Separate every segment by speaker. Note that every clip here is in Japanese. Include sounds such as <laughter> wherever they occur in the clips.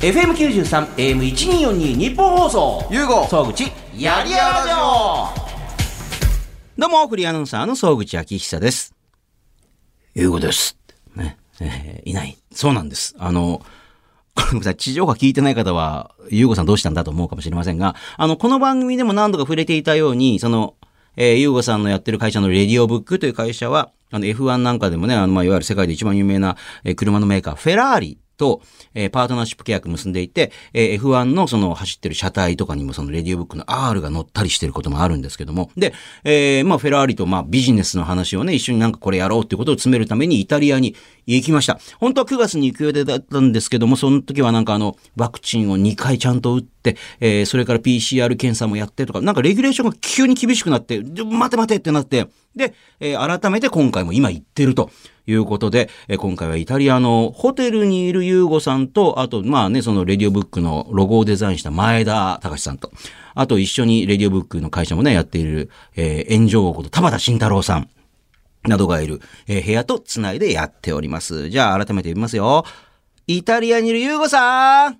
Speaker 1: FM93、AM1242 日本放送。
Speaker 2: ゆうご
Speaker 1: 総口、やりやらじょどうも、フリーアナウンサーの総口昭久です。ゆうごです。ね。えーいない。そうなんです。あの、これさ、地上波聞いてない方は、ゆうごさんどうしたんだと思うかもしれませんが、あの、この番組でも何度か触れていたように、その、えー、ゆうごさんのやってる会社のレディオブックという会社は、あの、F1 なんかでもね、あの、まあ、いわゆる世界で一番有名な、えー車のメーカー、フェラーリと、えーパートナーシップ契約結んでいて、えー F1 のその走ってる車体とかにもそのレディオブックの R が乗ったりしてることもあるんですけども、で、えーまあフェラーリとまあビジネスの話をね、一緒になんかこれやろうってことを詰めるためにイタリアに行きました。本当は9月に行く予定だったんですけども、その時はなんかあの、ワクチンを2回ちゃんと打って、えーそれから PCR 検査もやってとか、なんかレギュレーションが急に厳しくなって、で待て待てってなって、で、えー改めて今回も今行ってるということで、えー今回はイタリアのホテルにいるユーゴさんと、あと、まあね、そのレディオブックのロゴをデザインした前田隆さんと、あと一緒にレディオブックの会社もね、やっている、えー炎上王こと田畑慎太郎さん。などがいる、えー部屋とつないでやっております。じゃあ改めて言いますよ。イタリアにいるユーゴさん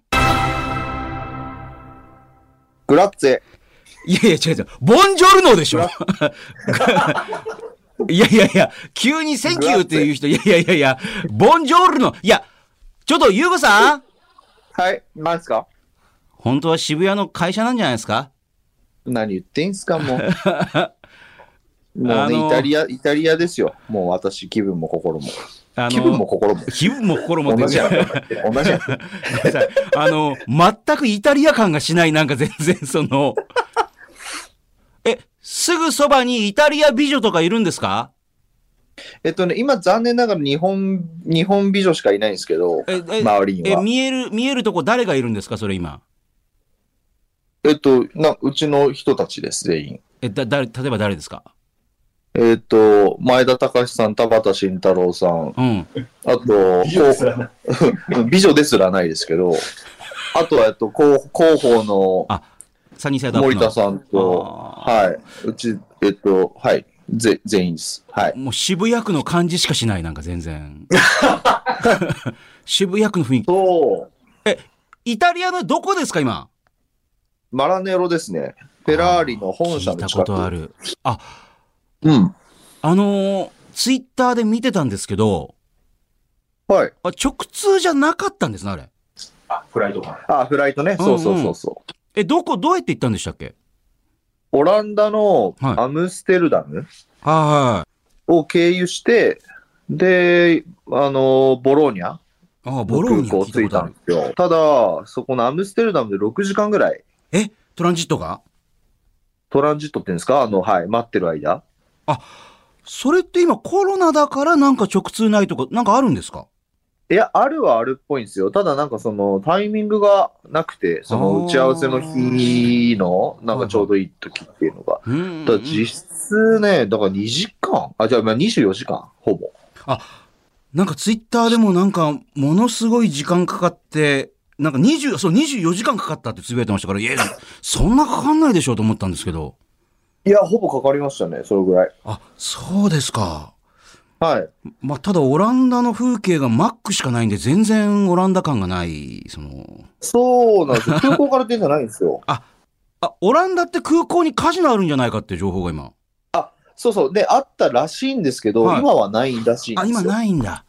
Speaker 2: グラッツェ。
Speaker 1: いやいや、違う違う。ボンジョルノでし <laughs> ょいやいやいや、急にセンキューっていう人、いやいやいやいや、ボンジョルノ。いや、ちょっと、ユーゴさん
Speaker 2: はい、なんすか
Speaker 1: 本当は渋谷の会社なんじゃないですか
Speaker 2: 何言ってんすか、
Speaker 1: <laughs>
Speaker 2: もう。も
Speaker 1: あ
Speaker 2: うね、
Speaker 1: の
Speaker 2: イタリア、イタリアですよ。もう私、気分も心も。
Speaker 1: あ
Speaker 2: 気分も、心も。
Speaker 1: 気分も心も
Speaker 2: 同じやん。
Speaker 1: さ
Speaker 2: 同じやん。
Speaker 1: あの、全くイタリア感がしない、なんか全然その、え、すぐそばにイタリア美女とかいるんですか
Speaker 2: えっとね、今、残念ながら日本、日本美女しかいないんですけど、
Speaker 1: え、え、
Speaker 2: 周りに
Speaker 1: え
Speaker 2: は。
Speaker 1: 見える、見えるとこ誰がいるんですかそれ今。
Speaker 2: えっと、な、うちの人たちです、全員。
Speaker 1: え、だ、だ、例えば誰ですか
Speaker 2: えっと、前田隆さん、田畑慎太郎さん、
Speaker 1: うん。
Speaker 2: あと、こう <laughs> 美女ですらないですけど、あとは、えっと、広広報の
Speaker 1: サニーサイドアップ
Speaker 2: 森
Speaker 1: の。
Speaker 2: 田さんと、
Speaker 1: あー
Speaker 2: はい。うち、えっと、はい。ぜ全員です。はい。
Speaker 1: もう渋谷区の感じしかしない、なんか全
Speaker 2: <laughs>
Speaker 1: 然。渋谷区の雰囲
Speaker 2: と、
Speaker 1: 気。イタリアのどこですか今。
Speaker 2: マラネロですね。フェラーリの本社
Speaker 1: 聞い
Speaker 2: の
Speaker 1: た
Speaker 2: 近
Speaker 1: こ
Speaker 2: く。
Speaker 1: とある。
Speaker 2: うん。
Speaker 1: あのー、ツイッターで見てたんですけど、
Speaker 2: はい。
Speaker 1: あ直通じゃなかったんですね、あれ。
Speaker 3: フライドが。
Speaker 2: あ、フライトね。そうそうそうそう。
Speaker 1: え、どこ、どうやって行ったんでしたっけ
Speaker 2: オランダの
Speaker 1: はい
Speaker 2: アムステルダム
Speaker 1: は
Speaker 2: を経由して、で、あの、ボロー
Speaker 1: い
Speaker 2: ニャ
Speaker 1: はい。ああ、ボ
Speaker 2: の
Speaker 1: ロー
Speaker 2: 空
Speaker 1: ニャ
Speaker 2: 港
Speaker 1: 聞いたこ
Speaker 2: 着い
Speaker 1: とあ
Speaker 2: たん
Speaker 1: る
Speaker 2: で。すよ。ただ、そこのアムステルダムで6時間ぐらい
Speaker 1: え、トランジットが
Speaker 2: トランジットっていうんですかあの、はい。待ってる間。
Speaker 1: それって今コロナだからなんか直通ないとか、なんかあるんですか
Speaker 2: いや、あるはあるっぽいんですよ。ただなんかそのタイミングがなくて、そ
Speaker 1: あー
Speaker 2: の打ち合わせの日のなんかちょうどいい時っていうのが。
Speaker 1: うん
Speaker 2: ただ実質ね、だから2時間、あ、じゃあまあ24時間、ほぼ。
Speaker 1: なんかツイッターでもなんか、ものすごい時間かかって、なんか20、そう、24時間かかったってつぶやいてましたから、いや、そんなかかんないでしょうと思ったんですけど。
Speaker 2: いや、ほぼかかりましたね、それぐらい。
Speaker 1: あ、そうですか。
Speaker 2: はい。
Speaker 1: まあ、ただオランダの風景がマックしかないんで、全然オランダ感がない、その、。
Speaker 2: そうなんです <laughs> よ。空港から出てないんですよ
Speaker 1: あ、オランダって空港にカジノあるんじゃないかっていう情報が今。
Speaker 2: そうそう。で、あったらしいんですけど、
Speaker 1: はい
Speaker 2: 今はないらしいんです
Speaker 1: あ、
Speaker 2: よ。
Speaker 1: 今ないんだ。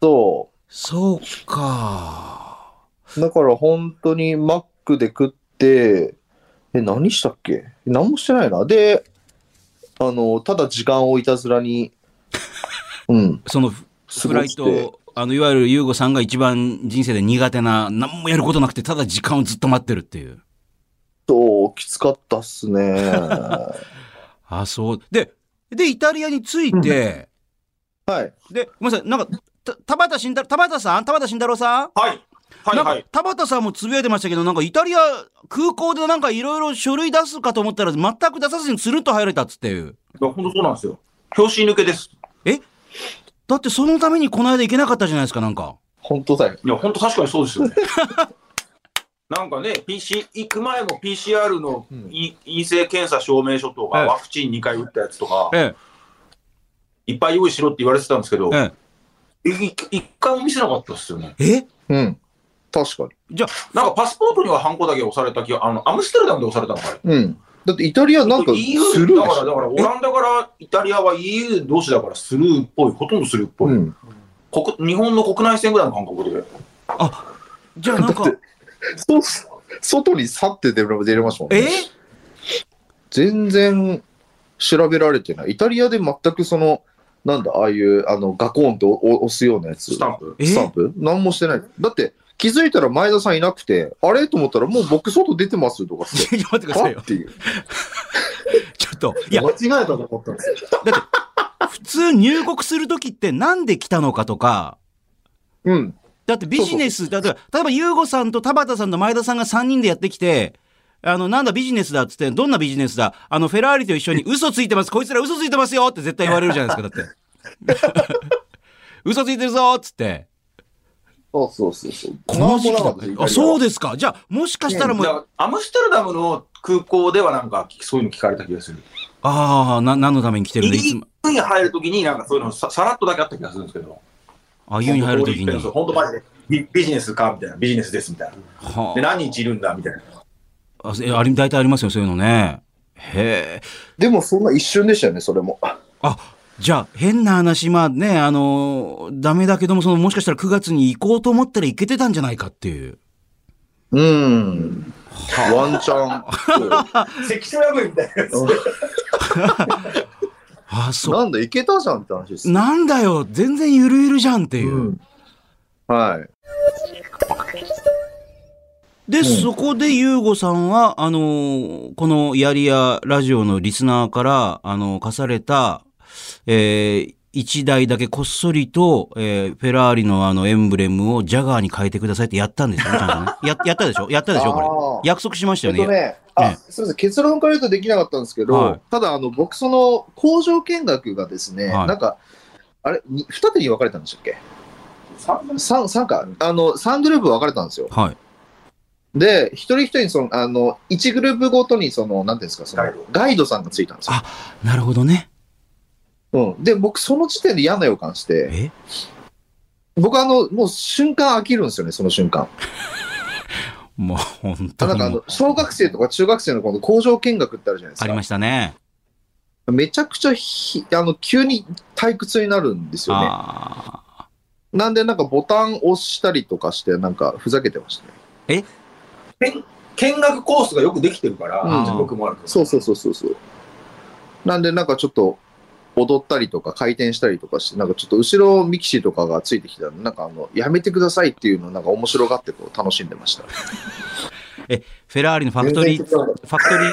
Speaker 2: そ
Speaker 1: そうか。
Speaker 2: う。だから本当にマックで食って、え、何したっけ何もしてないな。で、あの、ただ時間をいたずら
Speaker 1: <laughs>
Speaker 2: に、うん。
Speaker 1: その、
Speaker 2: す
Speaker 1: フ
Speaker 2: ご
Speaker 1: ラ
Speaker 2: い
Speaker 1: イト、あの、いわゆるユーゴさんが一番人生で苦手な、何もやることなくて、ただ時間をずっと待ってるっていう。
Speaker 2: そう、きつかったっ
Speaker 1: <laughs>
Speaker 2: すね。
Speaker 1: あ、そう。で、で、イタリアに着いて、
Speaker 2: はい。
Speaker 1: で、ごめんなさい、なんか、た田畑慎太郎、田畑さん田畑慎太郎さん
Speaker 3: はい。はい
Speaker 1: なん
Speaker 3: は
Speaker 1: か
Speaker 3: い。
Speaker 1: 田畑さんもつぶやいてましたけど、なんかイタリア空港でなんかいろいろ書類出すかと思ったら、全く出さずにつるっと入れたっつっていう。
Speaker 3: 本当そうなんですよ。拍子抜けです。
Speaker 1: だってそのためにこの間行けなかったじゃないですか、なんか。
Speaker 2: 本当だよ。
Speaker 3: いや、本当確かにそうです
Speaker 2: <laughs>
Speaker 3: よね。なんかね、PC、行く前も PCR の
Speaker 2: うん
Speaker 3: い陰性検査証明書とか、
Speaker 1: ええ
Speaker 3: ワクチン2回打ったやつとか、
Speaker 1: え
Speaker 3: いっぱい用意しろって言われてたんですけど、
Speaker 1: え。
Speaker 3: いい一回も見せなかったですよね。
Speaker 1: ええ
Speaker 2: うん。確か
Speaker 1: じゃあ、
Speaker 3: なんかパスポートにはハンコだけ押された気が、あの、アムステルダムで押されたのかね。
Speaker 2: に。うん。だってイタリアなんかス
Speaker 3: EU
Speaker 2: ルーでし
Speaker 3: だから、だから、
Speaker 2: ょ
Speaker 3: オ。ランダからイタリアは EU 同士だからスルーっぽい、ほとんどスルーっぽい。
Speaker 2: うん。
Speaker 3: 国日本の国内線ぐらいの感覚で。
Speaker 1: あ、じゃあなんか
Speaker 2: だ、ってそう外に去って出れましたもん
Speaker 1: え
Speaker 2: ね。全然調べられてない。イタリアで全くその、なんだ、ああいう、あの、ガコーンと押すようなやつ。
Speaker 3: スタンプ。
Speaker 1: え
Speaker 2: スタンプ何もしてない。だって、気づいたら前田さんいなくて、あれと思ったら、もう僕外出てますとかって。
Speaker 1: ちょっと待ってください
Speaker 2: は
Speaker 1: よ
Speaker 2: っ。ていう。
Speaker 1: ちょっと。いや、
Speaker 4: 間違えたと思ったんですよ。
Speaker 1: 普通入国するときってなんで来たのかとか、
Speaker 2: うん。
Speaker 1: だってビジネス、例えば、例えば、ユーゴさんと田畑さんと前田さんが3人でやってきて、あの、なんだビジネスだっつって、どんなビジネスだあの、フェラーリと一緒に嘘ついてます。こいつら嘘ついてますよって絶対言われるじゃないですか、だって。 <laughs> 嘘ついてるぞっつって。
Speaker 2: そうそうそうそう。
Speaker 1: この時期だ
Speaker 2: 何もなかった
Speaker 1: あ、そう
Speaker 2: で
Speaker 1: ですか。じゃあ、もしかしたらも
Speaker 3: だ
Speaker 1: う、
Speaker 3: からアムステルダムの空港ではなんか、そういうの聞かれた気がする。
Speaker 1: ああ、な、何のために来てるんで、いつも。
Speaker 3: EU に入るときに、なんかそういうのささらっとだけあった気がするんですけど。
Speaker 1: あ、湯に入るときに。は
Speaker 3: 本当マジでビビジネスかみたいな、ビジネスですみたいな。で、
Speaker 1: あ
Speaker 3: 何日いるんだみたいな。
Speaker 1: あ、えあり、大体ありますよ、そういうのね。へえ。
Speaker 2: もそんな一瞬でしたよね、それも。
Speaker 1: あじゃあ、変な話、まあね、あのーダメだけども、その、もしかしたら9月に行こうと思ったら行けてたんじゃないかっていう。
Speaker 2: うん。ワンチャン。
Speaker 3: 関所破りみたいなやつ。
Speaker 1: あ、 <laughs> そう。
Speaker 2: なんだ、いけたじゃんって話です。
Speaker 1: なんだよ、全然ゆるゆるじゃんっていう。
Speaker 2: うんはい。
Speaker 1: で、そこで、ゆうごさんは、あのーこのやりやラジオのリスナーから、あのー課された、えー、一台だけこっそりと、えー、フェラーリのあの、エンブレムをジャガーに変えてくださいってやったんですよね、ちゃんとね。や、やったでしょやったでしょこ
Speaker 2: あ
Speaker 1: れ。約束しました
Speaker 2: え
Speaker 1: よ
Speaker 2: っ
Speaker 1: ね。
Speaker 2: とね、
Speaker 1: ええ
Speaker 2: あ、すみません、結論から言うとできなかったんですけど、
Speaker 1: はい
Speaker 2: ただ、あの、僕、その、工場見学がですね、
Speaker 1: はい
Speaker 2: なんか、あれ、に二手に分かれたんでしたっけ三、三か、あの、三グループ分かれたんですよ。
Speaker 1: はい。
Speaker 2: で、一人一人にその、あの、一グループごとに、その、なんていうんですか、その
Speaker 3: ガイド、
Speaker 2: ガイドさんがついたんですよ。
Speaker 1: なるほどね。
Speaker 2: うん。で、僕、その時点で嫌な予感して、
Speaker 1: え
Speaker 2: 僕、あの、もう瞬間飽きるんですよね、その瞬間。
Speaker 1: もう、本
Speaker 2: あ
Speaker 1: 当
Speaker 2: なん
Speaker 1: に
Speaker 2: か、
Speaker 1: も
Speaker 2: あ
Speaker 1: う。
Speaker 2: の、小学生とか中学生のこの工場見学ってあるじゃないです
Speaker 1: あ
Speaker 2: か。
Speaker 1: りましたね。
Speaker 2: めちゃくちゃひ、あの、急に退屈になるんですよね。
Speaker 1: あ
Speaker 2: なんで、なんかボタン押したりとかして、なんかふざけてましたね。
Speaker 3: 見学コースがよくできてるから、
Speaker 2: うん
Speaker 3: 実力もあるけど
Speaker 2: そうそうそうそうそう。なんで、なんかちょっと、踊ったりとか回転したりとかして、なんかちょっと後ろミキシーとかがついてきたんで、なんかあの、やめてくださいっていうのをなんか面白がってこう楽しんでました。
Speaker 1: ーフェラーリのファクトリー、ファクトリー、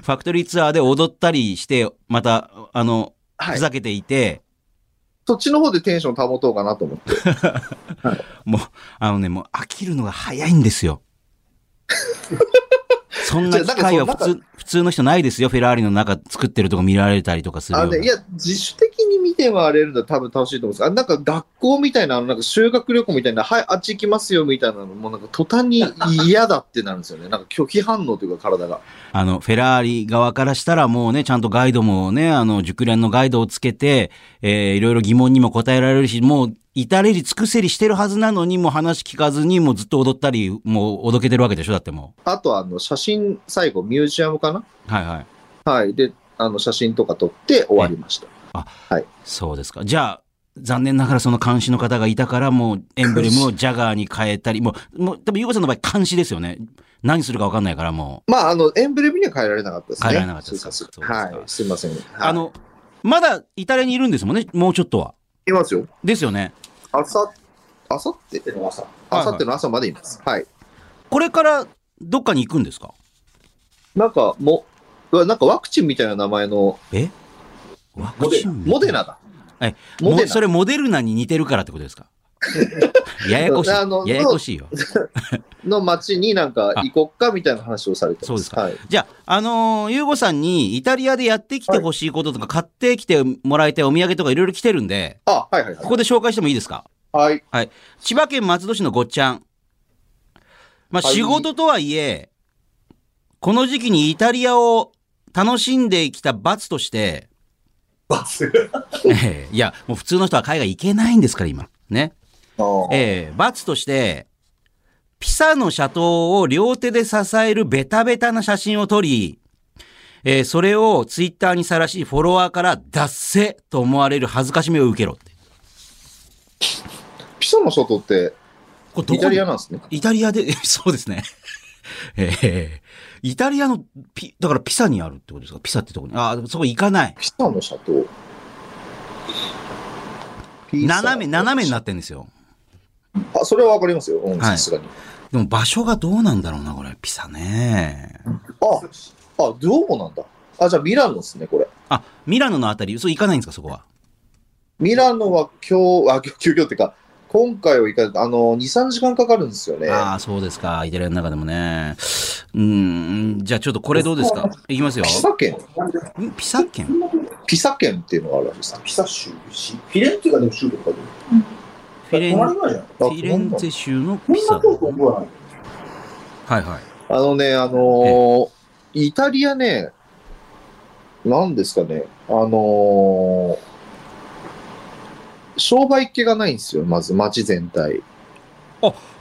Speaker 1: <laughs> ファクトリーツアーで踊ったりして、また、あの、
Speaker 2: は
Speaker 1: ふ
Speaker 2: い。
Speaker 1: ざけていて、
Speaker 2: そっちの方でテンション保とうかなと思って。
Speaker 1: あのね、もう飽きるのが早いんです
Speaker 2: <laughs>
Speaker 1: よ。そんな機
Speaker 2: じ
Speaker 1: 会は
Speaker 2: ゃあなん
Speaker 1: 普
Speaker 2: かそう
Speaker 1: 通、普通の人ないですよ。フェラーリの中作ってるとこ見られたりとかする
Speaker 2: あ
Speaker 1: よう
Speaker 2: のね、い
Speaker 1: な。
Speaker 2: や、自主的に見て回れるのは多分楽しいと思うんですけどあなんか学校みたいな、あのなんか修学旅行みたいな、はい、あっち行きますよみたいなのも、なんか途端に嫌だってなるんですよね。 <laughs> なんか拒否反応というか体が。
Speaker 1: あの、フェラーリ側からしたらもうね、ちゃんとガイドもね、あの、熟練のガイドをつけて、えーいろいろ疑問にも答えられるし、もう、至れり尽くせりしてるはずなのに、もう話聞かずに、もうずっと踊ったり、もう、おどけてるわけでしょだっても
Speaker 2: あと、あの、写真、最後、ミュージアムかな
Speaker 1: う。はいはい。
Speaker 2: はい。で、あの、写真とか撮って終わりました。
Speaker 1: そうですか。じゃあ、残念ながらその監視の方がいたから、もうエンブレムをジャガーに変えたり、もう、もう、多分、ゆうこさんの場合、監視ですよね。何するか分かんないから、もう。
Speaker 2: まあ、あの、エンブレムには変えられなかったですね。
Speaker 1: 変えられなかったですか
Speaker 2: そう
Speaker 1: そうです
Speaker 2: はい
Speaker 1: か。
Speaker 2: すいません。はい
Speaker 1: あ、の、まだ、イタリアにいるんですもんね、もうちょっとは。
Speaker 2: いますよ。
Speaker 1: ですよね。
Speaker 2: あさ、あさって、
Speaker 3: でも朝
Speaker 2: あさっての朝までいます。はい。
Speaker 1: これから、どっかに行くんですか
Speaker 2: なんか、も、うわなんかワクチンみたいな名前の、
Speaker 1: ワク
Speaker 2: モデ
Speaker 1: チン
Speaker 2: モデナだ。
Speaker 1: はい。
Speaker 2: モ
Speaker 1: も
Speaker 2: デ
Speaker 1: うそ
Speaker 2: ナ。
Speaker 1: れモデルナに似てるからってことです
Speaker 2: <laughs>
Speaker 1: かややこしい。
Speaker 2: あの
Speaker 1: ややこしいよ。
Speaker 2: の町になんか行こっかみたいな話をされてます。
Speaker 1: そうですか
Speaker 2: はい。
Speaker 1: じゃあ、あのー、ゆうごさんにイタリアでやってきてほしいこととか、買ってきてもらいたいお土産とかいろいろ来てるんで、
Speaker 2: あ、はいはいは
Speaker 1: こ
Speaker 2: い。
Speaker 1: こで紹介してもいいですか
Speaker 2: はい。
Speaker 1: 千葉県松戸市のごっちゃん。まあ、
Speaker 2: はい
Speaker 1: 仕事とはいえ、この時期にイタリアを楽しんできた罰として、 <laughs> ええいや、もう普通の人は海外行けないんですから、今。ね。
Speaker 2: あー
Speaker 1: ええ罰として、ピサの斜塔を両手で支えるベタベタな写真を撮り、えーそれをツイッターにさらし、フォロワーから脱せと思われる恥ずかしめを受けろって。
Speaker 2: ピサの外って
Speaker 1: これどこ
Speaker 2: イタリアなんですね。
Speaker 1: イタリアで、そうですね。ええイタリアのピ、だからピサにあるってことですかピサってとこに。ああ、そこ行かない。
Speaker 2: ピサの斜塔。ピサ
Speaker 1: 斜め、斜めになってんですよ。
Speaker 2: あ、それはわかりますよ。うん、
Speaker 1: はい
Speaker 2: さすがに。
Speaker 1: でも場所がどうなんだろうな、これ。ピサね。
Speaker 2: あ、あ、どうもなんだ。あ、じゃあミラノですね、これ。
Speaker 1: あ、ミラノのあたり、そう行かないんですか、そこは。
Speaker 2: ミラノは今日、あ、今日、今日っていうか、今回は行かない、あの、2、3時間かかるんですよね。
Speaker 1: ああ、そうですか。イタリアの中でもね。うーん、じゃあちょっとこれどうですか行きますよ
Speaker 2: ピ。サ県
Speaker 1: んピサ県
Speaker 2: ピサ県っていうのがあるんですか
Speaker 3: ピサ州し、フィレンツェがでも州とかでも。
Speaker 1: フィレン
Speaker 3: 隣ぐらいじゃん。
Speaker 1: フィレンツェ州の
Speaker 3: こん
Speaker 1: ピ
Speaker 3: な
Speaker 1: サ。
Speaker 3: こと思わない。
Speaker 1: はいはい。
Speaker 2: あのね、あのーイタリアね、なんですかね、あのー商売っ気がないんですよ、まず街全体。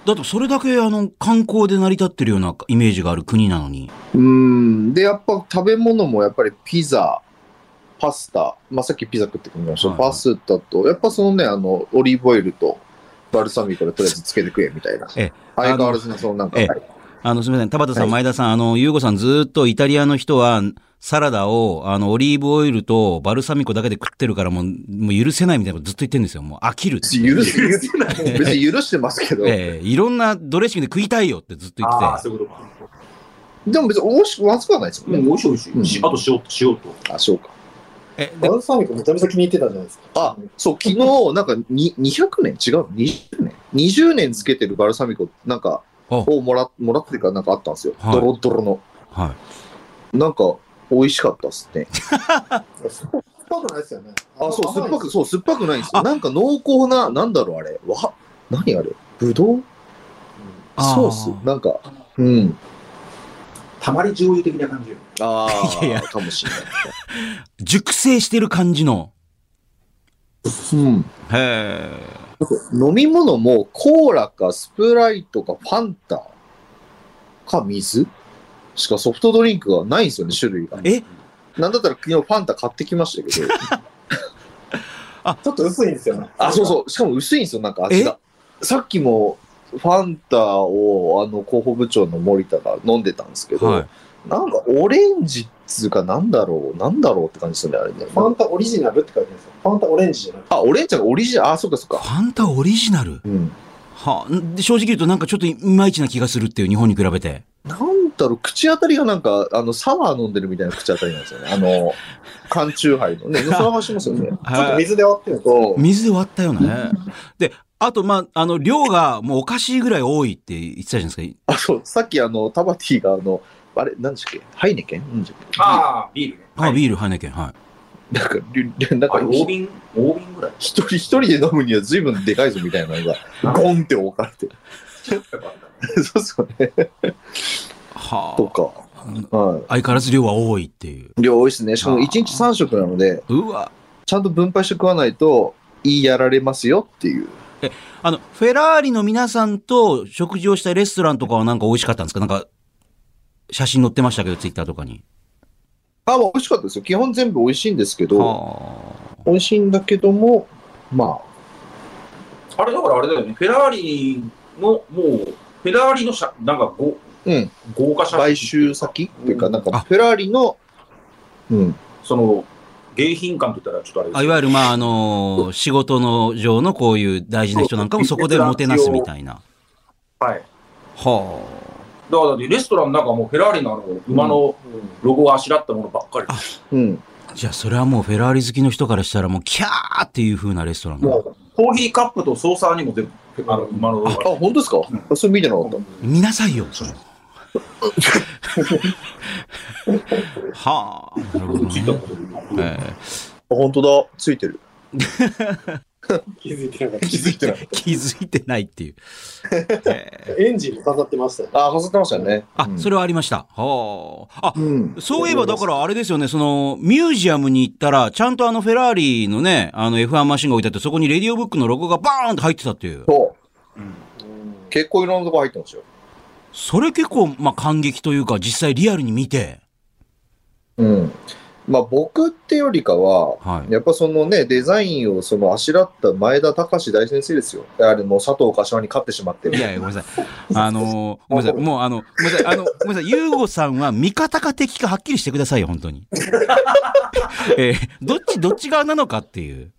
Speaker 1: だってそれだけあの観光で成り立ってるようなイメージがある国なのに。
Speaker 2: うーん、で、やっぱ食べ物もやっぱりピザ、パスタ、まあ、さっきピザ食ってくれました、
Speaker 1: はいはい
Speaker 2: パスタと、やっぱそのね、あの、オリーブオイルと、バルサミコでとりあえずつけて食えみたいな。
Speaker 1: ええ
Speaker 2: 相変わらずのそのなんか、
Speaker 1: ええ
Speaker 2: はい
Speaker 1: あの、すみません。田畑さん、
Speaker 2: はい
Speaker 1: 前田さん、あの、ゆうごさんずーっとイタリアの人は、サラダを、あの、オリーブオイルとバルサミコだけで食ってるから、もう、もう許せないみたいなことずっと言ってるんですよ。もう飽き
Speaker 2: <laughs>
Speaker 1: るって。
Speaker 2: 別に許す別に許してますけど、
Speaker 1: ええいろんなドレッシングで食いたいよってずっと言
Speaker 3: ああ、
Speaker 1: ってて。
Speaker 3: そういうことか。
Speaker 2: でも別に美味しく、まずくはないです
Speaker 3: う
Speaker 2: もん
Speaker 3: ん、
Speaker 2: ね。
Speaker 3: 美味しい美味しい。
Speaker 2: うん
Speaker 3: しあと塩と、塩と。
Speaker 2: あ、そうか。
Speaker 1: え、で
Speaker 4: バルサミコめちゃめちゃ気に入ってたじゃないですか。
Speaker 2: あ、そう、昨日、なんかに、200年違う ?20 年 ?20 年つけてるバルサミコ、なんか、
Speaker 1: あ
Speaker 2: をもら、もらってからなんかあったんですよ。
Speaker 1: はい
Speaker 2: ドロッドロの。
Speaker 1: は
Speaker 2: なんか、美味しかったっすね。
Speaker 4: 酸っぱくないですよね。
Speaker 2: あ、そう、酸っぱく、
Speaker 4: く。
Speaker 2: そう、酸っぱくないんですよ。なんか濃厚な、なんだろう、あれ。わ、何あれぶどう
Speaker 1: あー
Speaker 2: ソースなんか、うん。
Speaker 3: たまり醤油的な感じよ。
Speaker 2: ああ、
Speaker 1: <laughs> いやいや
Speaker 2: かもしれない。
Speaker 1: い。熟成してる感じの。
Speaker 2: うん。
Speaker 1: へ
Speaker 2: 飲み物も、コーラか、スプライトか、ファンタか、水しかソフトドリンクがないんですよね、種類が。
Speaker 1: え。え、
Speaker 2: なんだったら昨日ファンタ買ってきましたけど。
Speaker 4: ちょっと薄いんですよね。
Speaker 2: あ、そうそう。しかも薄いんですよ、なんか味が。さっきも、ファンタを、あの、広報部長の森田が飲んでたんですけど、
Speaker 1: はい。
Speaker 2: なんかオレンジっつうか、なんだろう、なんだろうって感じですよね、あれね。
Speaker 4: ファンタオリジナルって書いてあるんですよ。ファンタオレンジじゃなくて。
Speaker 2: あ、オレンジがオリジナル、あ、そうかそう
Speaker 1: フ
Speaker 2: か。
Speaker 1: ァンタオリジナル。
Speaker 2: うん。
Speaker 1: はあ、んで正直言うとなんかちょっといまいちな気がするっていう、日本に比べて。
Speaker 2: なんだろう、口当たりがなんか、あの、サワー飲んでるみたいな口当たりなんですよね。あの、缶チューハイのね、その話しますよね。
Speaker 4: ちょっと水で割ってるんですよ。
Speaker 2: そう
Speaker 1: 水で割ったようなね。で、あと、まあ、あの、量がもうおかしいぐらい多いって言ってたじゃないですか。
Speaker 2: あ、そう、さっきあの、タバティがあの、あれ、なんでしたっけハイネケンなんでしたっけ
Speaker 3: ああ、ビールね。
Speaker 1: あ、ビール、ハイネケン、はい。
Speaker 2: なんか、りゅなん
Speaker 3: あ
Speaker 2: か
Speaker 3: れ、、大瓶、大瓶ぐらい。
Speaker 2: 一人一人で飲むには随分でかいぞみたいなのが、ゴンって置かれて。 <laughs> そうっすよね。
Speaker 1: は
Speaker 2: とか。は
Speaker 1: 相変わらず量は多いっていう。
Speaker 2: い。量多いですね。しかも一日三食なので、
Speaker 1: うわ。
Speaker 2: ちゃんと分配して食わないと、いいやられますよっていう。
Speaker 1: あの、フェラーリの皆さんと食事をしたレストランとかはなんか美味しかったんですかなんか、写真載ってましたけど、ツイッターとかに。
Speaker 2: あ、まあ、美味しかったですよ。基本全部美味しいんですけど、
Speaker 1: は
Speaker 2: 美味しいんだけども、ま
Speaker 3: あれ、だからあれだよね。フェラーリの、もう、フェラーリのしゃ、なんかご、
Speaker 2: あ、うん、
Speaker 3: 豪華写真。
Speaker 2: 買収先っていうか、なん
Speaker 1: あ
Speaker 2: か、フェラーリの、うん、
Speaker 3: その、迎賓館と言ったらちょっとあれです
Speaker 1: あ。いわゆる、まあ、あの仕事の上のこういう大事な人なんかもそこでもてなすみたいな。
Speaker 3: はい。
Speaker 1: は
Speaker 3: だからだってレストランの中もフェラーリのあの馬のロゴをあしらったものばっかり、
Speaker 1: あ
Speaker 2: うん。
Speaker 1: あ。じゃあ、それはもうフェラーリ好きの人からしたらもう、キャーっていう風なレストランが
Speaker 3: も。うコーヒーカップとソーサーにも全部あの馬のロ
Speaker 2: あ、
Speaker 3: ゴが
Speaker 2: 本当ですかあそれ見てなかった。
Speaker 1: 見なさいよ、それ。 <laughs> はあ。なるほど
Speaker 3: ついた
Speaker 1: ね。
Speaker 3: ことで
Speaker 1: え
Speaker 2: あ、本当だ。つい <laughs> てる。
Speaker 4: 気づいてなかっ
Speaker 1: ー
Speaker 4: た。
Speaker 2: づいてない
Speaker 1: 気づいてないっていう。えー
Speaker 4: エンジンに飾ってましたよ。
Speaker 2: あ、飾ってましたよね。
Speaker 1: あ、
Speaker 2: うん
Speaker 1: それはありました。はあ。あ、
Speaker 2: うん。
Speaker 1: そういえばだからあれですよね、その、ミュージアムに行ったら、ちゃんとあのフェラーリのね、あの F1 マシンが置いてあって、そこにレディオブックのロゴがバーンって入ってたっていう。
Speaker 2: そう。
Speaker 4: うん
Speaker 2: 結構いろんなとこ入ってますよ。
Speaker 1: それ結構、まあ、感激というか、実際リアルに見て。
Speaker 2: うん。まあ僕ってよりかは、
Speaker 1: はい。
Speaker 2: やっぱそのね、デザインをそのあしらった前田隆大先生ですよ。あれもう佐藤柏に勝ってしまって
Speaker 1: い
Speaker 2: る。
Speaker 1: やいや、ごめんなさい。あのーごめんなさい。もう、あの、ごめんなさい。あの、ごめんなさい。ゆうごさんは味方か敵かはっきりしてくださいよ、本当に。 <laughs> えーどっち、どっち側なのかっていう。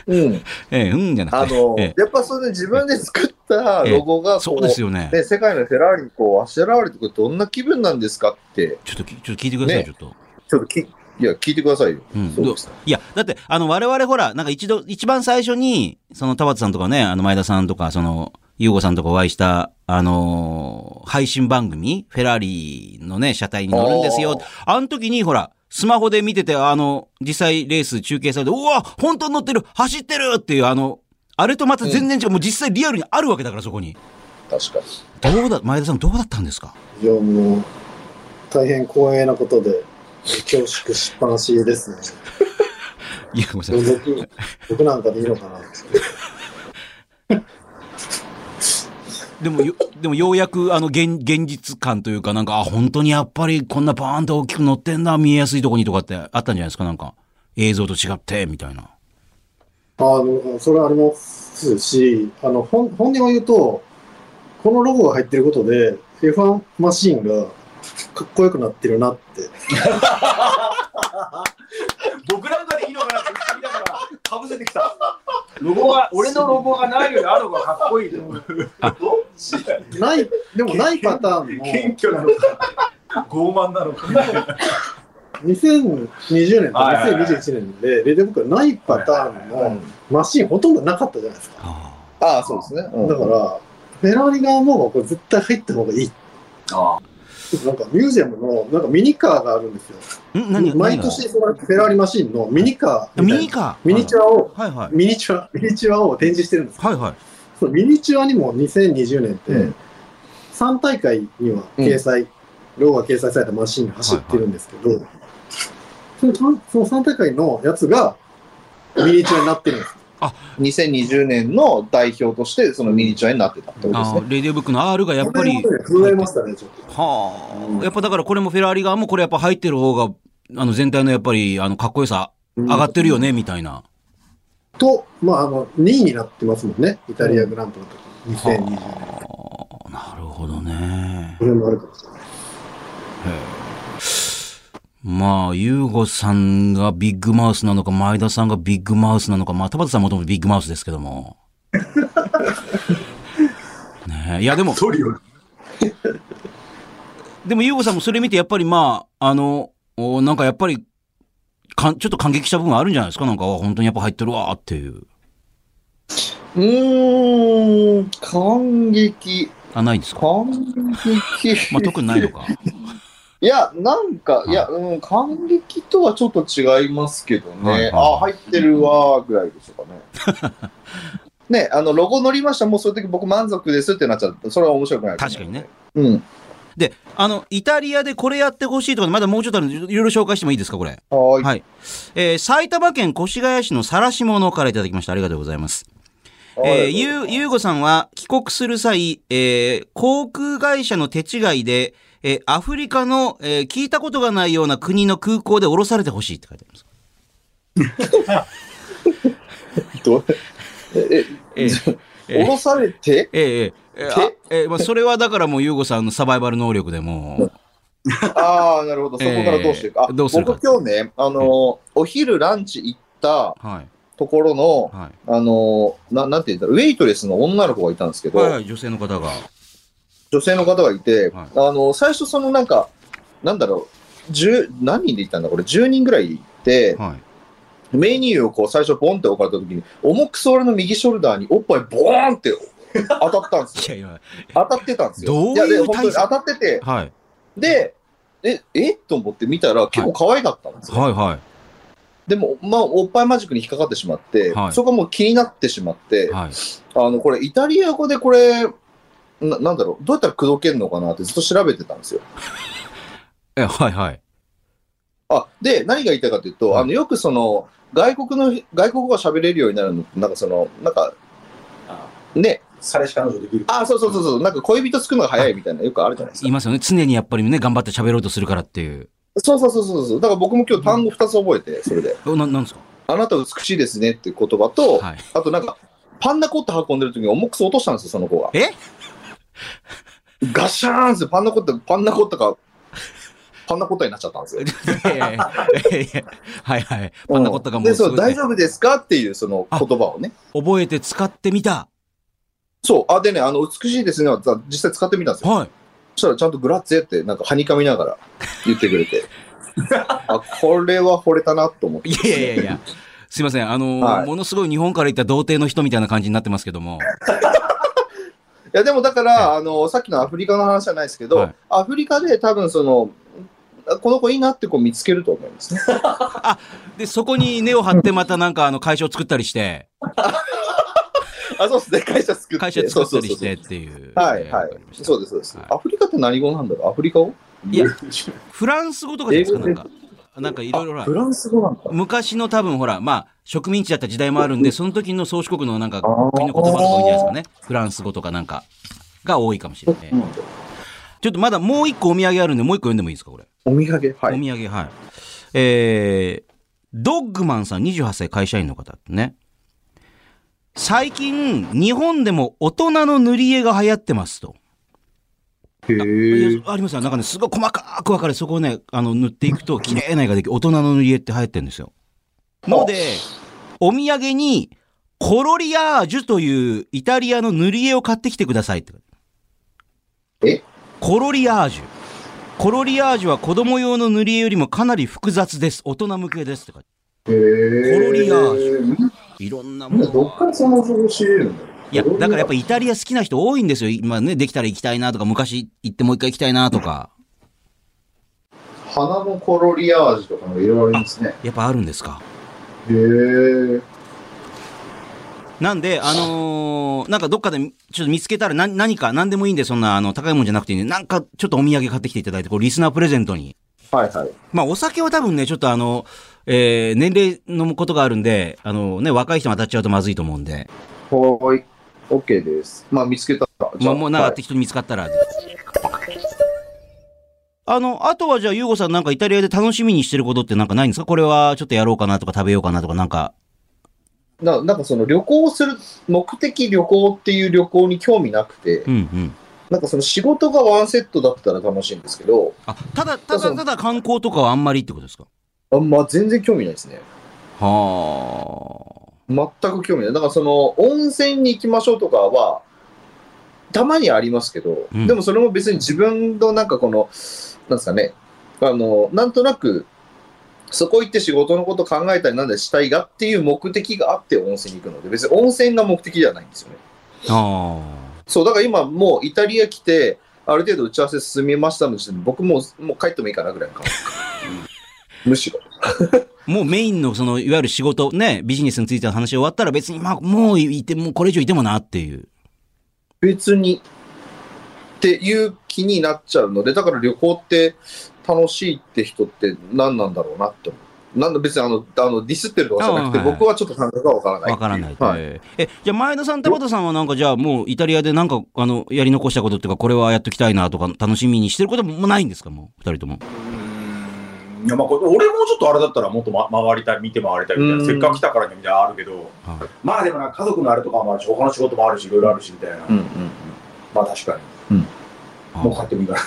Speaker 1: <laughs>
Speaker 2: うん。
Speaker 1: えーうんじゃな
Speaker 2: あ
Speaker 1: くて。
Speaker 2: の、
Speaker 1: え
Speaker 2: やっぱそれで自分で作ったロゴが
Speaker 1: え
Speaker 2: こ
Speaker 1: そうですよね。
Speaker 2: ね、世界のフェラーリにこうあしらわれてくるとどんな気分なんですかって、
Speaker 1: ちょっとき、ちょっと聞いてください、
Speaker 2: ね
Speaker 1: ちょっと。
Speaker 2: ちょっとき、いや、聞いてくださいよ。
Speaker 1: うん。
Speaker 2: そう
Speaker 1: ど
Speaker 2: です
Speaker 1: いや、だって、あの、我々ほら、なんか一度、一番最初に、その、田畑さんとかね、あの、前田さんとか、その、ゆうごさんとかお会いした、あのー配信番組、フェラーリのね、車体に乗るんですよ。あの時に、ほら、スマホで見てて、あの、実際レース中継されて、うわ本当に乗ってる走ってるっていう、あの、あれとまた全然違う、もう実際リアルにあるわけだから、そこに。
Speaker 2: 確かに。
Speaker 1: どうだ、前田さんどうだったんですか
Speaker 4: いや、もう、大変光栄なことで、恐縮しっぱなしですね。
Speaker 1: いや、ごめんなさい。
Speaker 4: 僕、僕なんかでいいのかな
Speaker 1: でもよ、でもようやく、あの、現、現実感というか、なんか、あ、本当にやっぱりこんなバーンと大きく乗ってんだ、見えやすいとこにとかってあったんじゃないですか、なんか。映像と違って、みたいな。
Speaker 4: あの、それはありますし、あの、本本音を言うと、このロゴが入ってることで、F1 マシーンがかっこよくなってるなって。
Speaker 3: 僕なんかでいいのかなって言いながら、かぶせてきた。ロゴが、俺のロゴがないよりあるのがかっこいいと。どっち
Speaker 4: ない、でもないパターンも、
Speaker 3: 謙虚なのか、傲慢なの <laughs> か。
Speaker 4: 2020年と
Speaker 3: はいはいはい
Speaker 4: 2021年で、レディブックはないパターンのマシーンほとんどなかったじゃないですか。
Speaker 1: あ
Speaker 2: ああ、そうですね。う
Speaker 4: だ
Speaker 2: ん
Speaker 4: から、フェラーリ側もこれ絶対入った方がいい。なんかミュージアムのなんかミニカーがあるんですよ。
Speaker 1: あ。ん何
Speaker 4: 毎。
Speaker 1: 何
Speaker 4: 年そのフェラーリマシンのミニカー
Speaker 1: が
Speaker 4: み
Speaker 1: ミ
Speaker 4: たいな
Speaker 1: ニカー。
Speaker 4: ミニチュアを、
Speaker 1: はいはい。
Speaker 4: ミニチュア、ミニチュアを展示してるんです。
Speaker 1: はいはい。
Speaker 4: そのミニチュアにも2020年って、
Speaker 2: うん
Speaker 4: 3大会には掲載、ロゴが掲載されたマシンが走ってるんですけど、そのその3大会のやつがミニチュアになってるんです。
Speaker 2: 2020年の代表として、そのミニチュアになってたってことです
Speaker 1: あ
Speaker 2: ね
Speaker 1: ー。レディオブックの R がやっぱり。
Speaker 4: これは本当に震えましたね、ちょっと。
Speaker 1: はあ。やっぱだからこれもフェラーリ側もこれやっぱ入ってる方が、あの全体のやっぱり、あの、かっこよさ
Speaker 4: 上
Speaker 1: 上がってるよね、みたいな。
Speaker 4: と、まあ、あの、2位になってますもんね、イタリアグランプリの時、2020年。
Speaker 1: はあ。なるほどね。
Speaker 4: これもあるかもしれない。
Speaker 1: まあ、ユーゴさんがビッグマウスなのか、前田さんがビッグマウスなのか、まあ、田畑さんもともとビッグマウスですけども。 <laughs> ねえいや、でも、
Speaker 3: トリオ。
Speaker 1: でもユーゴさんもそれ見て、やっぱりまあ、あの、おなんかやっぱり、かんちょっと感激した部分あるんじゃないですかなんか、あ本当にやっぱ入ってるわーっていう。
Speaker 2: うーん、感激、
Speaker 1: あ、ないですか
Speaker 2: 感激。
Speaker 1: まあ、特にないのか。
Speaker 2: いや、なんか、
Speaker 1: い
Speaker 2: いや、うん、感激とはちょっと違いますけどね。
Speaker 1: はいはい
Speaker 2: あ、入ってるわ、ぐらいでしょうかね。
Speaker 1: <laughs>
Speaker 2: ね、あの、ロゴ乗りました、もうそれ時僕満足ですってなっちゃう。それは面白くない。
Speaker 1: 確かにね。
Speaker 2: うん。
Speaker 1: で、あの、イタリアでこれやってほしいとか、まだもうちょっとあるんで、いろいろ紹介してもいいですかこれ。
Speaker 2: はーい。
Speaker 1: はい。えー埼玉県越谷市のさらしものからいただきました。ありがとうございます。えー、ゆう、ゆうごさんは帰国する際、えー航空会社の手違いで、えーアフリカの、えー聞いたことがないような国の空港で降ろされてほしいって書いてあります。
Speaker 2: どう <laughs> え、
Speaker 1: えーえ
Speaker 2: え、降ろされて
Speaker 1: えーえーえーあえーまあ、それはだからもう、ゆうごさんのサバイバル能力でも
Speaker 2: ああ、なるほど。そこからどうしてるか。
Speaker 1: えー
Speaker 2: あ
Speaker 1: どうするか
Speaker 2: 僕今日ね、あのー、お昼ランチ行った
Speaker 1: う、はい、
Speaker 2: ところの、
Speaker 1: は
Speaker 2: あのー、ななんて言ったら、ウェイトレスの女の子がいたんですけ
Speaker 1: い。
Speaker 2: ど、
Speaker 1: はいはい、女性の方が。
Speaker 2: 女性の方がいて、
Speaker 1: はい
Speaker 2: あの最初そのなんかなんだろう10何人で行ったんだこれ10人ぐらい行って、
Speaker 1: はい。
Speaker 2: メニューをこう最初ボンって置かれた時に重くそ俺の右ショルダーにおっぱいボーンって当たったん
Speaker 1: <laughs>
Speaker 2: ですよ
Speaker 1: いやいや、
Speaker 2: 当たってたんですよ
Speaker 1: どういう
Speaker 2: や
Speaker 1: 体
Speaker 2: で
Speaker 1: 勢
Speaker 2: 本当に当たってて
Speaker 1: はい。
Speaker 2: でええと思って見たら結構可愛かったんですよ、
Speaker 1: はいは
Speaker 2: でも、まあ、おっぱいマジックに引っかかってしまって、
Speaker 1: はい
Speaker 2: そこがもう気になってしまって、
Speaker 1: い。はい。
Speaker 2: あのこれイタリア語でこれななんだろうどうやったら口説けるのかなってずっと調べてたんですよ
Speaker 1: え、はいはい。
Speaker 2: あで何が言いたいかというと、
Speaker 1: はい
Speaker 2: あのよくその外国の外国語が喋れるようになるのってなんかそのなんかね
Speaker 3: 彼氏彼女できる。
Speaker 2: あ、そうそうそうそう、なんか恋人つくのが早いみたいな、よくあるじゃないですか
Speaker 1: い。ますよね。常にやっぱりね、頑張って喋ろうとするからっていう。
Speaker 2: そうそうそうそうそう、だから僕も今日単語2つ覚えて、それで、
Speaker 1: おななんですか
Speaker 2: あなた美しいですねっていう言葉と、
Speaker 1: はい。
Speaker 2: あとなんか、パンナコッタ運んでる時に重くそ落としたんですよ、その子が。
Speaker 1: え
Speaker 2: ガシャーンってパンナコッタ、パンナコッタが、パンナコッタになっちゃったんです
Speaker 1: <laughs>
Speaker 2: よ。
Speaker 1: いやいやいやいやはいはい。パンナコッタがもう
Speaker 2: ですそ
Speaker 1: ご
Speaker 2: う
Speaker 1: いね
Speaker 2: 大丈夫ですかっていうその言葉をね。
Speaker 1: 覚えて使ってみた。
Speaker 2: そう。あ、でね、あの、美しいですねは実際使ってみたんですよ。
Speaker 1: はい。
Speaker 2: そしたらちゃんとグラッツェってなんかはにかみながら言ってく
Speaker 1: <laughs>
Speaker 2: れて。あ、これは惚れたなと思って。
Speaker 1: いやいやいやいや。すいません。あのー
Speaker 2: はい
Speaker 1: ものすごい日本から行った童貞の人みたいな感じになってますけども。
Speaker 2: いや、でもだから、あの、さっきのアフリカの話じゃないですけど、
Speaker 1: はい
Speaker 2: アフリカで多分その、この子いいなって子見つけると思いま
Speaker 1: <laughs>
Speaker 2: すね。
Speaker 1: で、そこに根を張ってまたなんかあの会社を作ったりして、
Speaker 2: あ、そうですね。会社作って。
Speaker 1: 会社作ったり
Speaker 2: そうそうそ
Speaker 1: し
Speaker 2: うそう
Speaker 1: てっていう。
Speaker 2: はい
Speaker 1: えー
Speaker 2: は
Speaker 1: わかりま
Speaker 2: い。
Speaker 1: した
Speaker 2: そうです、そうです、
Speaker 1: はい
Speaker 2: アフリカって何語なんだろうアフリカ語
Speaker 1: いやフランス語とかじゃないですか、なんか。なんかいろいろほ
Speaker 2: あ
Speaker 1: ら
Speaker 2: フ、ランス語なんだ。
Speaker 1: 昔の多分ほら、まあ、植民地だった時代もあるんで、その時の宗主国のなんか国の言葉とか多いんじゃないですかね。フランス語とかなんかが多いかもしれない。
Speaker 2: うん
Speaker 1: ちょっとまだもう一個お土産あるんで、もう一個読んでもいいですか、これ。
Speaker 2: お土産は
Speaker 1: お
Speaker 2: い。
Speaker 1: 土産、はい。えー、ドッグマンさん、28歳会社員の方ね。最近、日本でも大人の塗り絵が流行ってますと。
Speaker 2: へー
Speaker 1: いやありますよ。なんかね、すごい細かく分かれ、そこをね、あの、塗っていくと、綺麗な絵ができる。大人の塗り絵って流行ってるんですよ。ので、お土産に、コロリアージュというイタリアの塗り絵を買ってきてくださいって。
Speaker 2: え
Speaker 1: コロリアージュ。コロリアージュは子供用の塗り絵よりもかなり複雑です。大人向けですって書いて
Speaker 2: へー
Speaker 1: コロリアージあるいろんなも
Speaker 2: みんな
Speaker 1: の
Speaker 2: どっ
Speaker 1: が
Speaker 2: からその情報仕入れるんだろう
Speaker 1: いや、だからやっぱイタリア好きな人多いんですよ。今ね、できたら行きたいなとか、昔行ってもう一回行きたいなとか。
Speaker 2: 花のコロリアージュとかもいろいろありますね。
Speaker 1: やっぱあるんですか
Speaker 2: へえ。
Speaker 1: なんで、あのーなんかどっかでちょっと見つけたら何何か、何でもいいんで、そんなあの高いもんじゃなくていいんで、なんかちょっとお土産買ってきていただいて、こうリスナープレゼントに。
Speaker 2: はいはい。
Speaker 1: まあお酒は多分ね、ちょっとあの、えー年齢のことがあるんで、あのね、若い人に当たっちゃうとまずいと思うんで、
Speaker 2: はーい。OK です。まあ見つけたら。じゃ
Speaker 1: まあ
Speaker 2: あ
Speaker 1: もうなんか
Speaker 2: はい
Speaker 1: 適当に見つかったら。あの、あとはじゃあ、ゆうごさんなんかイタリアで楽しみにしてることってなんかないんですかこれはちょっとやろうかなとか食べようかなとかなんか。
Speaker 2: ななんかその旅行する、目的旅行っていう旅行に興味なくて、
Speaker 1: うんうん。
Speaker 2: なんかその仕事がワンセットだったら楽しいんですけど、
Speaker 1: あ、ただ、ただただ観光とかはあんまりってことですか
Speaker 2: あんま全然興味ないですね。
Speaker 1: はあ。
Speaker 2: 全く興味ない。だからその温泉に行きましょうとかは、たまにありますけど、
Speaker 1: うん
Speaker 2: でもそれも別に自分のなんかこの、なんですかね、あの、なんとなく、そこ行って仕事のこと考えたりなんだりしたいがっていう目的があって温泉に行くので、別に温泉が目的ではないんですよね。
Speaker 1: あ
Speaker 2: そう、だから今もうイタリア来て、ある程度打ち合わせ進みましたので、僕もうもう帰ってもいいかなぐらいの
Speaker 1: <laughs>
Speaker 2: 感じ。むしろ。
Speaker 1: あ。もうメインのその、いわゆる仕事、ね、ビジネスについての話終わったら別に、まあ、もういて、もうこれ以上いてもなっていう。
Speaker 2: 別にっていう気になっちゃうので、だから旅行って楽しいって人って何なんだろうなって思う。なんだ別にあのあのディスってるとかじゃなくて、
Speaker 1: あはい
Speaker 2: 僕はちょっと感覚がわからない。
Speaker 1: わからないと、
Speaker 2: はい。
Speaker 1: え、じゃあ前田さん、田畑さんはなんか、じゃあもうイタリアでなんか、あの、やり残したことっていうか、これはやっときたいなとか、楽しみにしてることもないんですかもう、二人とも。
Speaker 3: うんいやまあ、これ俺もちょっとあれだったらもっと、ま、回りたい見て回りたいみ
Speaker 2: う
Speaker 3: たい
Speaker 2: ん
Speaker 3: なせっかく来たからにはみたいなのあるけど
Speaker 1: は
Speaker 3: まあでもな家族のあれとかもあるし他の仕事もあるしいろいろあるしみたいな、
Speaker 2: うんうん
Speaker 3: まあ確かにもう帰ってもいいかな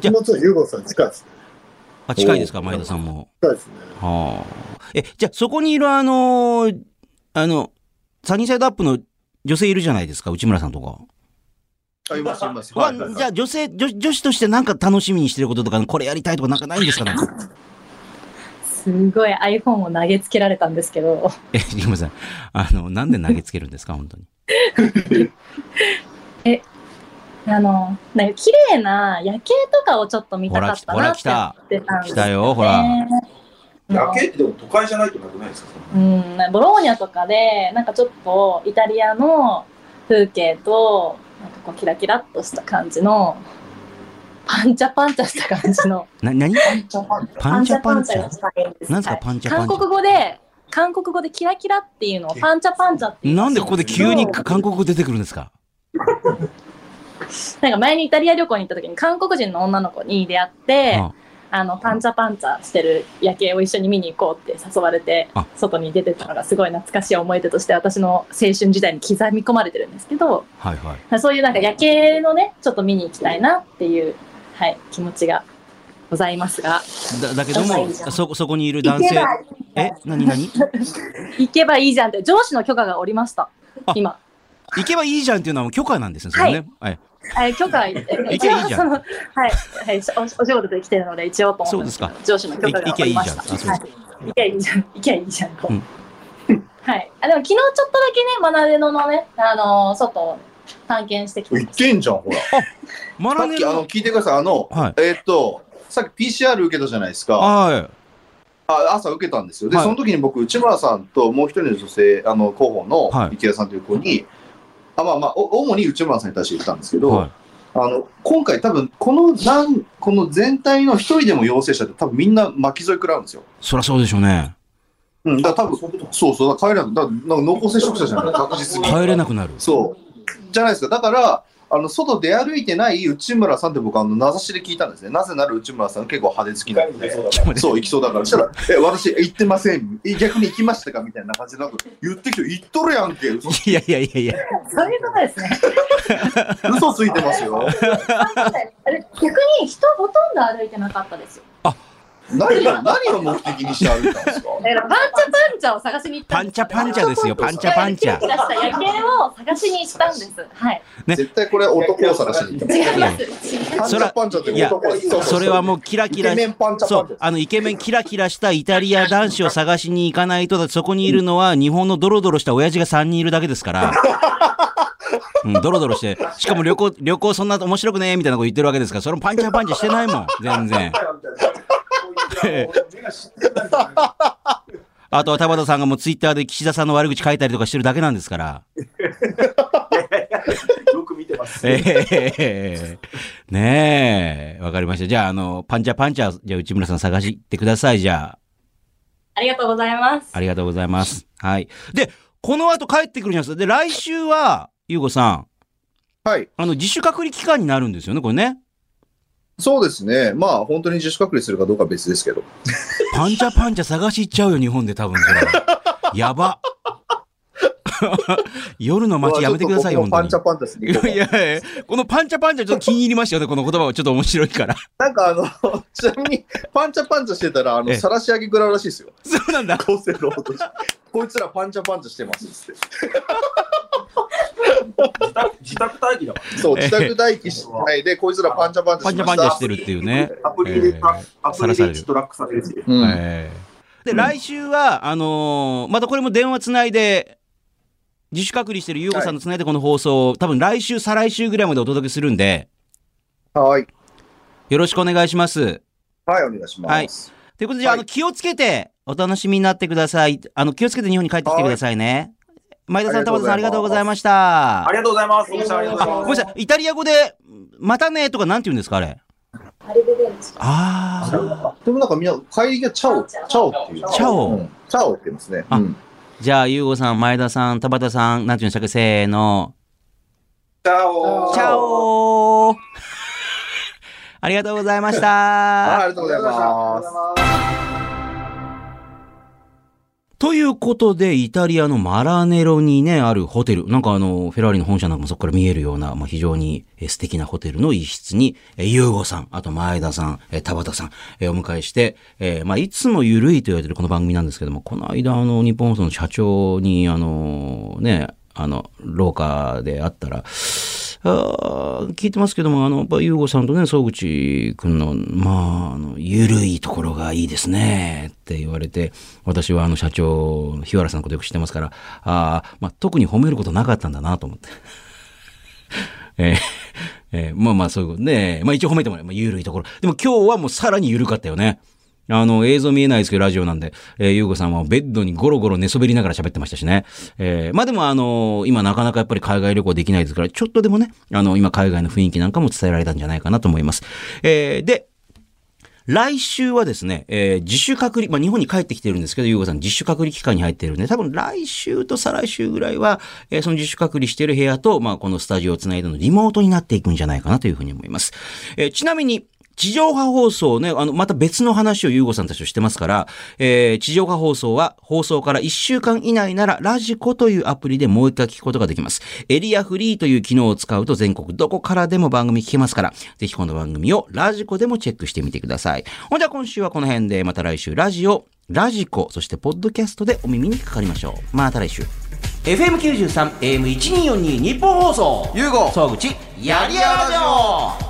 Speaker 1: じゃあ
Speaker 4: もうちょっとユーゴさん近いですね。
Speaker 1: あ、近いですか、前田さんも。
Speaker 4: 近いですね。
Speaker 1: はあ。え、じゃあそこにいるあのーあの、サニーサイドアップの女性いるじゃないですか、内村さんとか。
Speaker 2: あいますいます。
Speaker 1: は
Speaker 2: はいはいはい
Speaker 1: じゃあ女性女、女子としてなんか楽しみにしてることとか、これやりたいとかなんかないんですかね
Speaker 5: すごい iPhone を投げつけられたんですけど、
Speaker 1: <laughs> え、リコさん、あの、なんで投げつけるんですか、本当に。
Speaker 5: あの、なんか綺麗な夜景とかをちょっと見たかった
Speaker 1: ほら
Speaker 5: なっ
Speaker 1: 来
Speaker 5: て
Speaker 1: た
Speaker 5: 思ってたんです
Speaker 1: 来
Speaker 5: よね
Speaker 1: たよ、ほら。
Speaker 3: 夜景ってでも都会じゃないとなくないですかそんな
Speaker 5: うん、ボローニャとかで、なんかちょっとイタリアの風景と、なんかこうキラキラっとした感じの、パンチャパンチャした感じの、
Speaker 1: な、何
Speaker 5: パンチャ
Speaker 1: <laughs> パンチャパンチャ
Speaker 5: がしたいです。
Speaker 1: なんですか
Speaker 5: はい
Speaker 1: パンチャパンチャ
Speaker 5: 韓国語で、韓国語でキラキラっていうのをパンチャパンチャって言うら
Speaker 1: な
Speaker 5: しい
Speaker 1: んでここで急に韓国語出てくるんですか
Speaker 5: なんか前にイタリア旅行に行った時に韓国人の女の子に出会って、
Speaker 1: あ
Speaker 5: あのパンチャパンチャしてる夜景を一緒に見に行こうって誘われて
Speaker 1: あ
Speaker 5: 外に出てったのがすごい懐かしい思い出として私の青春時代に刻み込まれてるんですけど
Speaker 1: はいはい。
Speaker 5: そういうなんか夜景のねちょっと見に行きたいなっていう、はい、気持ちがございますが
Speaker 1: だだけども、そ、そこにいる男
Speaker 5: 行け
Speaker 1: 性
Speaker 5: ば。
Speaker 1: え、なになに
Speaker 5: 行けばいいじゃんって上司の許可がおりました
Speaker 1: あ
Speaker 5: 今
Speaker 1: 行けばいいじゃんっていうのはもう許可なんですね、それね。はい。
Speaker 5: え許可一応
Speaker 1: ばいいじゃん
Speaker 5: そのはい、はい、おお仕事で来てるので一応と思ったんですけど
Speaker 1: そう
Speaker 5: 上司の許可がおりました
Speaker 1: い行けばいいじゃんあそう
Speaker 5: 行けばいいじゃん行けばいいじゃんと、
Speaker 1: うん
Speaker 5: はいあでも昨日ちょっとだけねマナデノのねあのー外を探検してきたん
Speaker 2: い
Speaker 5: です
Speaker 2: けんじゃん、ほら。
Speaker 1: マ
Speaker 2: さ
Speaker 1: ラ
Speaker 2: っ
Speaker 1: ネ
Speaker 2: き、あの、
Speaker 1: の。
Speaker 2: 聞いてください。あの、
Speaker 1: はい。
Speaker 2: えーっと、さっき PCR 受けたじゃないですか。
Speaker 1: は
Speaker 2: あ朝受けたんですよ。で、
Speaker 1: はい
Speaker 2: その時に僕、内村さんともう一人の女性、あの、候補
Speaker 1: は
Speaker 2: の
Speaker 1: い
Speaker 2: 池田さんという子に、あまあまあ、お主に内村さんに対して言ったんですけ
Speaker 1: い。
Speaker 2: ど、
Speaker 1: は
Speaker 2: あの、今回多分、この何、この全体の一人でも陽性者って多分みんな巻き添え食らうんですよ。
Speaker 1: い。そりゃそうでしょうね。
Speaker 2: うん、だから多分、そうそう、だから帰らんだからなんか濃厚接触者じゃない確実に。
Speaker 1: 帰れなくなる。
Speaker 2: そう。じゃないですか。だから、あの外出歩いてない内村さんって僕、あの名指しで聞いたんですね。なぜなら内村さん結構派手好きなんで。そう、行きそうだから。そしたら、え、私、行ってません。え逆に行きましたかみたいな感じで、なんか、言ってきて、行っとるやんけ。嘘
Speaker 1: いやいやいやいや。
Speaker 5: そういうことですね
Speaker 2: 嘘ついてますよ。
Speaker 5: あれ逆に人ほとんど歩いてなかったですよ
Speaker 2: 何を、何を目的にして歩いたんですか
Speaker 5: だからパンチャパンチャを探しに行った
Speaker 1: パ
Speaker 5: んで
Speaker 1: ン
Speaker 5: す
Speaker 1: チャパンチャですよ、パンチャパンチャ
Speaker 5: キ。ラキラした夜景を探しに行ったんですはい
Speaker 1: ね
Speaker 2: 絶対これ男を探しに行っ
Speaker 5: 違います違い
Speaker 2: た。パンチ
Speaker 5: ます
Speaker 1: そら
Speaker 2: ャパンチャって
Speaker 1: いや
Speaker 2: 男を探
Speaker 1: それはもうキラキ
Speaker 2: イケ
Speaker 1: ラ
Speaker 2: メンパンチャ
Speaker 1: そ
Speaker 2: パンチ
Speaker 1: う
Speaker 2: ャ、。
Speaker 1: あの、イケメンキラキラしたイタリア男子を探しに行かないと、だってそこにいるのは日本のドロドロした親父が3人いるだけです
Speaker 2: <laughs>
Speaker 1: から。うん、ドロドロして、しかも旅行、旅行そんな面白くねえみたいなこと言ってるわけですから、それもパンチャパンチャしてないもん、全然。
Speaker 3: <laughs> 目が死んでたんじゃない
Speaker 1: あとは田畑さんがもうツイッターで岸田さんの悪口書いたりとかしてるだけなんですから。
Speaker 3: よく見てます。
Speaker 1: ええねえ、わかりました。じゃあ、あの、パンチャパンチャ、じゃあ内村さん探してください、じゃあ。
Speaker 5: ありがとうございます
Speaker 1: ありがとうございます。はい。で、この後帰ってくるじゃないですか。で、来週は、ゆうごさん、
Speaker 2: はい。
Speaker 1: あの、自主隔離期間になるんですよね、これね。
Speaker 2: そうですね。まあ、本当に自主隔離するかどうかは別ですけど。
Speaker 1: パンチャパンチャ探し行っちゃうよ、日本で多分それ。
Speaker 2: <laughs>
Speaker 1: やば。 <laughs> 夜の街やめてくださいよ、
Speaker 2: まあ
Speaker 1: 本
Speaker 2: ちょ
Speaker 1: 当
Speaker 2: っ
Speaker 1: に
Speaker 2: と。僕もパンチ
Speaker 1: いや
Speaker 2: ャパンチャですね。
Speaker 1: いやいやこのパンチャパンチャちょっと気に入りましたよね、この言葉はちょっと面白いから。 <laughs>
Speaker 2: なんかあの、 <laughs> ちなみに、パンチャパンチャしてたら、あ
Speaker 1: え
Speaker 2: の、
Speaker 1: え
Speaker 2: さらし上げ食らうらしいですよ。
Speaker 1: そうなん
Speaker 2: <laughs>
Speaker 1: だ。
Speaker 2: 厚生労働省。こいつらパンチャパンチャしてますっつって。
Speaker 3: 自宅自宅待機だか
Speaker 2: そう、自宅待機しないで、こいつらパンチャパンチャ
Speaker 1: パン
Speaker 2: し
Speaker 1: チャパ
Speaker 2: まし
Speaker 1: ンチャ
Speaker 2: た
Speaker 1: し。てるっていうね。
Speaker 3: ら。アプリでトラック、アプリ
Speaker 1: さらされ
Speaker 3: で
Speaker 1: る
Speaker 3: トラックされるし。
Speaker 2: うん
Speaker 1: ええで、来週は、あのーまたこれも電話つないで、自主隔離してる優子さんとつないでこの放送を、多分来週、再来週ぐらいまでお届けするんで、
Speaker 2: はい。
Speaker 1: よろしくお願いします。
Speaker 2: はい、お願いします。
Speaker 1: ということで、じゃあ、
Speaker 2: はい
Speaker 1: あの、気をつけて、お楽しみになってください。あの、気をつけて日本に帰ってきてくださいね。前田さん、田畑さん、あ
Speaker 2: あ
Speaker 1: り
Speaker 2: り
Speaker 1: が
Speaker 2: が
Speaker 1: と
Speaker 2: と
Speaker 1: うご
Speaker 2: うご
Speaker 1: ざ
Speaker 2: ざ
Speaker 1: い
Speaker 2: い
Speaker 1: ま
Speaker 2: ま
Speaker 1: した。
Speaker 3: ありがとうございます。
Speaker 5: あり
Speaker 3: 奥
Speaker 5: が
Speaker 3: さんあり
Speaker 5: と
Speaker 3: が
Speaker 5: う
Speaker 3: と
Speaker 5: ご
Speaker 3: う
Speaker 5: ざ
Speaker 1: あ、
Speaker 3: ござ
Speaker 1: ごめんな
Speaker 3: います。
Speaker 1: さい。イタリア語で、またねとかなんて言うんですか、あれ。
Speaker 5: あれで出るんですか
Speaker 1: あ
Speaker 2: でもなんかみんな、帰りがチャオ、チャオっていう。
Speaker 1: チャオ
Speaker 2: うんチャオって言いますね。
Speaker 1: あ
Speaker 2: うん
Speaker 1: ー。じゃあ、優子さん、前田さん、田畑さん、なんて言うんでしたっけ、せーの。
Speaker 3: チャオ
Speaker 1: チャオー <laughs> ありがとうございまし
Speaker 2: はいあ
Speaker 1: た。
Speaker 2: りがとうございます。
Speaker 1: ということで、イタリアのマラネロにね、あるホテル、なんかあの、フェラーリの本社なんかもそこから見えるような、まあ、非常にえー素敵なホテルの一室に、えーユーゴさん、あと前田さん、えー田畑さん、えーお迎えして、えーまあ、いつもゆるいと言われてるこの番組なんですけども、この間あの、日本放送の社長に、あの、ね、あの、廊下で会ったら、あー聞いてますけども、あの、やっぱ、ゆうごさんとね、総口くんの、まあ、あの、ゆるいところがいいですね、って言われて、私はあの、社長、日原さんのことよく知ってますから、あーまあ、特に褒めることなかったんだな、と思って。えーえーまあまあ、そういうことね。まあ一応褒めてもらえまあ、ゆるいところ。でも今日はもうさらにゆるかったよね。あの、映像見えないですけど、ラジオなんで、えー、ゆうごさんはベッドにゴロゴロ寝そべりながら喋ってましたしね。えーまあでもあの今なかなかやっぱり海外旅行できないですから、ちょっとでもね、あの、今海外の雰囲気なんかも伝えられたんじゃないかなと思います。えーで、来週はですね、えー自主隔離、まあ、日本に帰ってきてるんですけど、ゆうごさん自主隔離期間に入ってるんで、多分来週と再来週ぐらいは、えーその自主隔離してる部屋と、まあ、このスタジオをつないでのリモートになっていくんじゃないかなというふうに思います。えーちなみに、地上波放送ね、あの、また別の話をゆうごさんたちとしてますから、えー地上波放送は放送から1週間以内ならラジコというアプリでもう一回聞くことができます。エリアフリーという機能を使うと全国どこからでも番組聞けますから、ぜひこの番組をラジコでもチェックしてみてください。ほんじゃ今週はこの辺で、また来週ラジオ、ラジコ、そしてポッドキャストでお耳にかかりましょう。また来週。FM93、AM1242 日本放送。
Speaker 2: ユーゴ
Speaker 1: 総口、やりやろう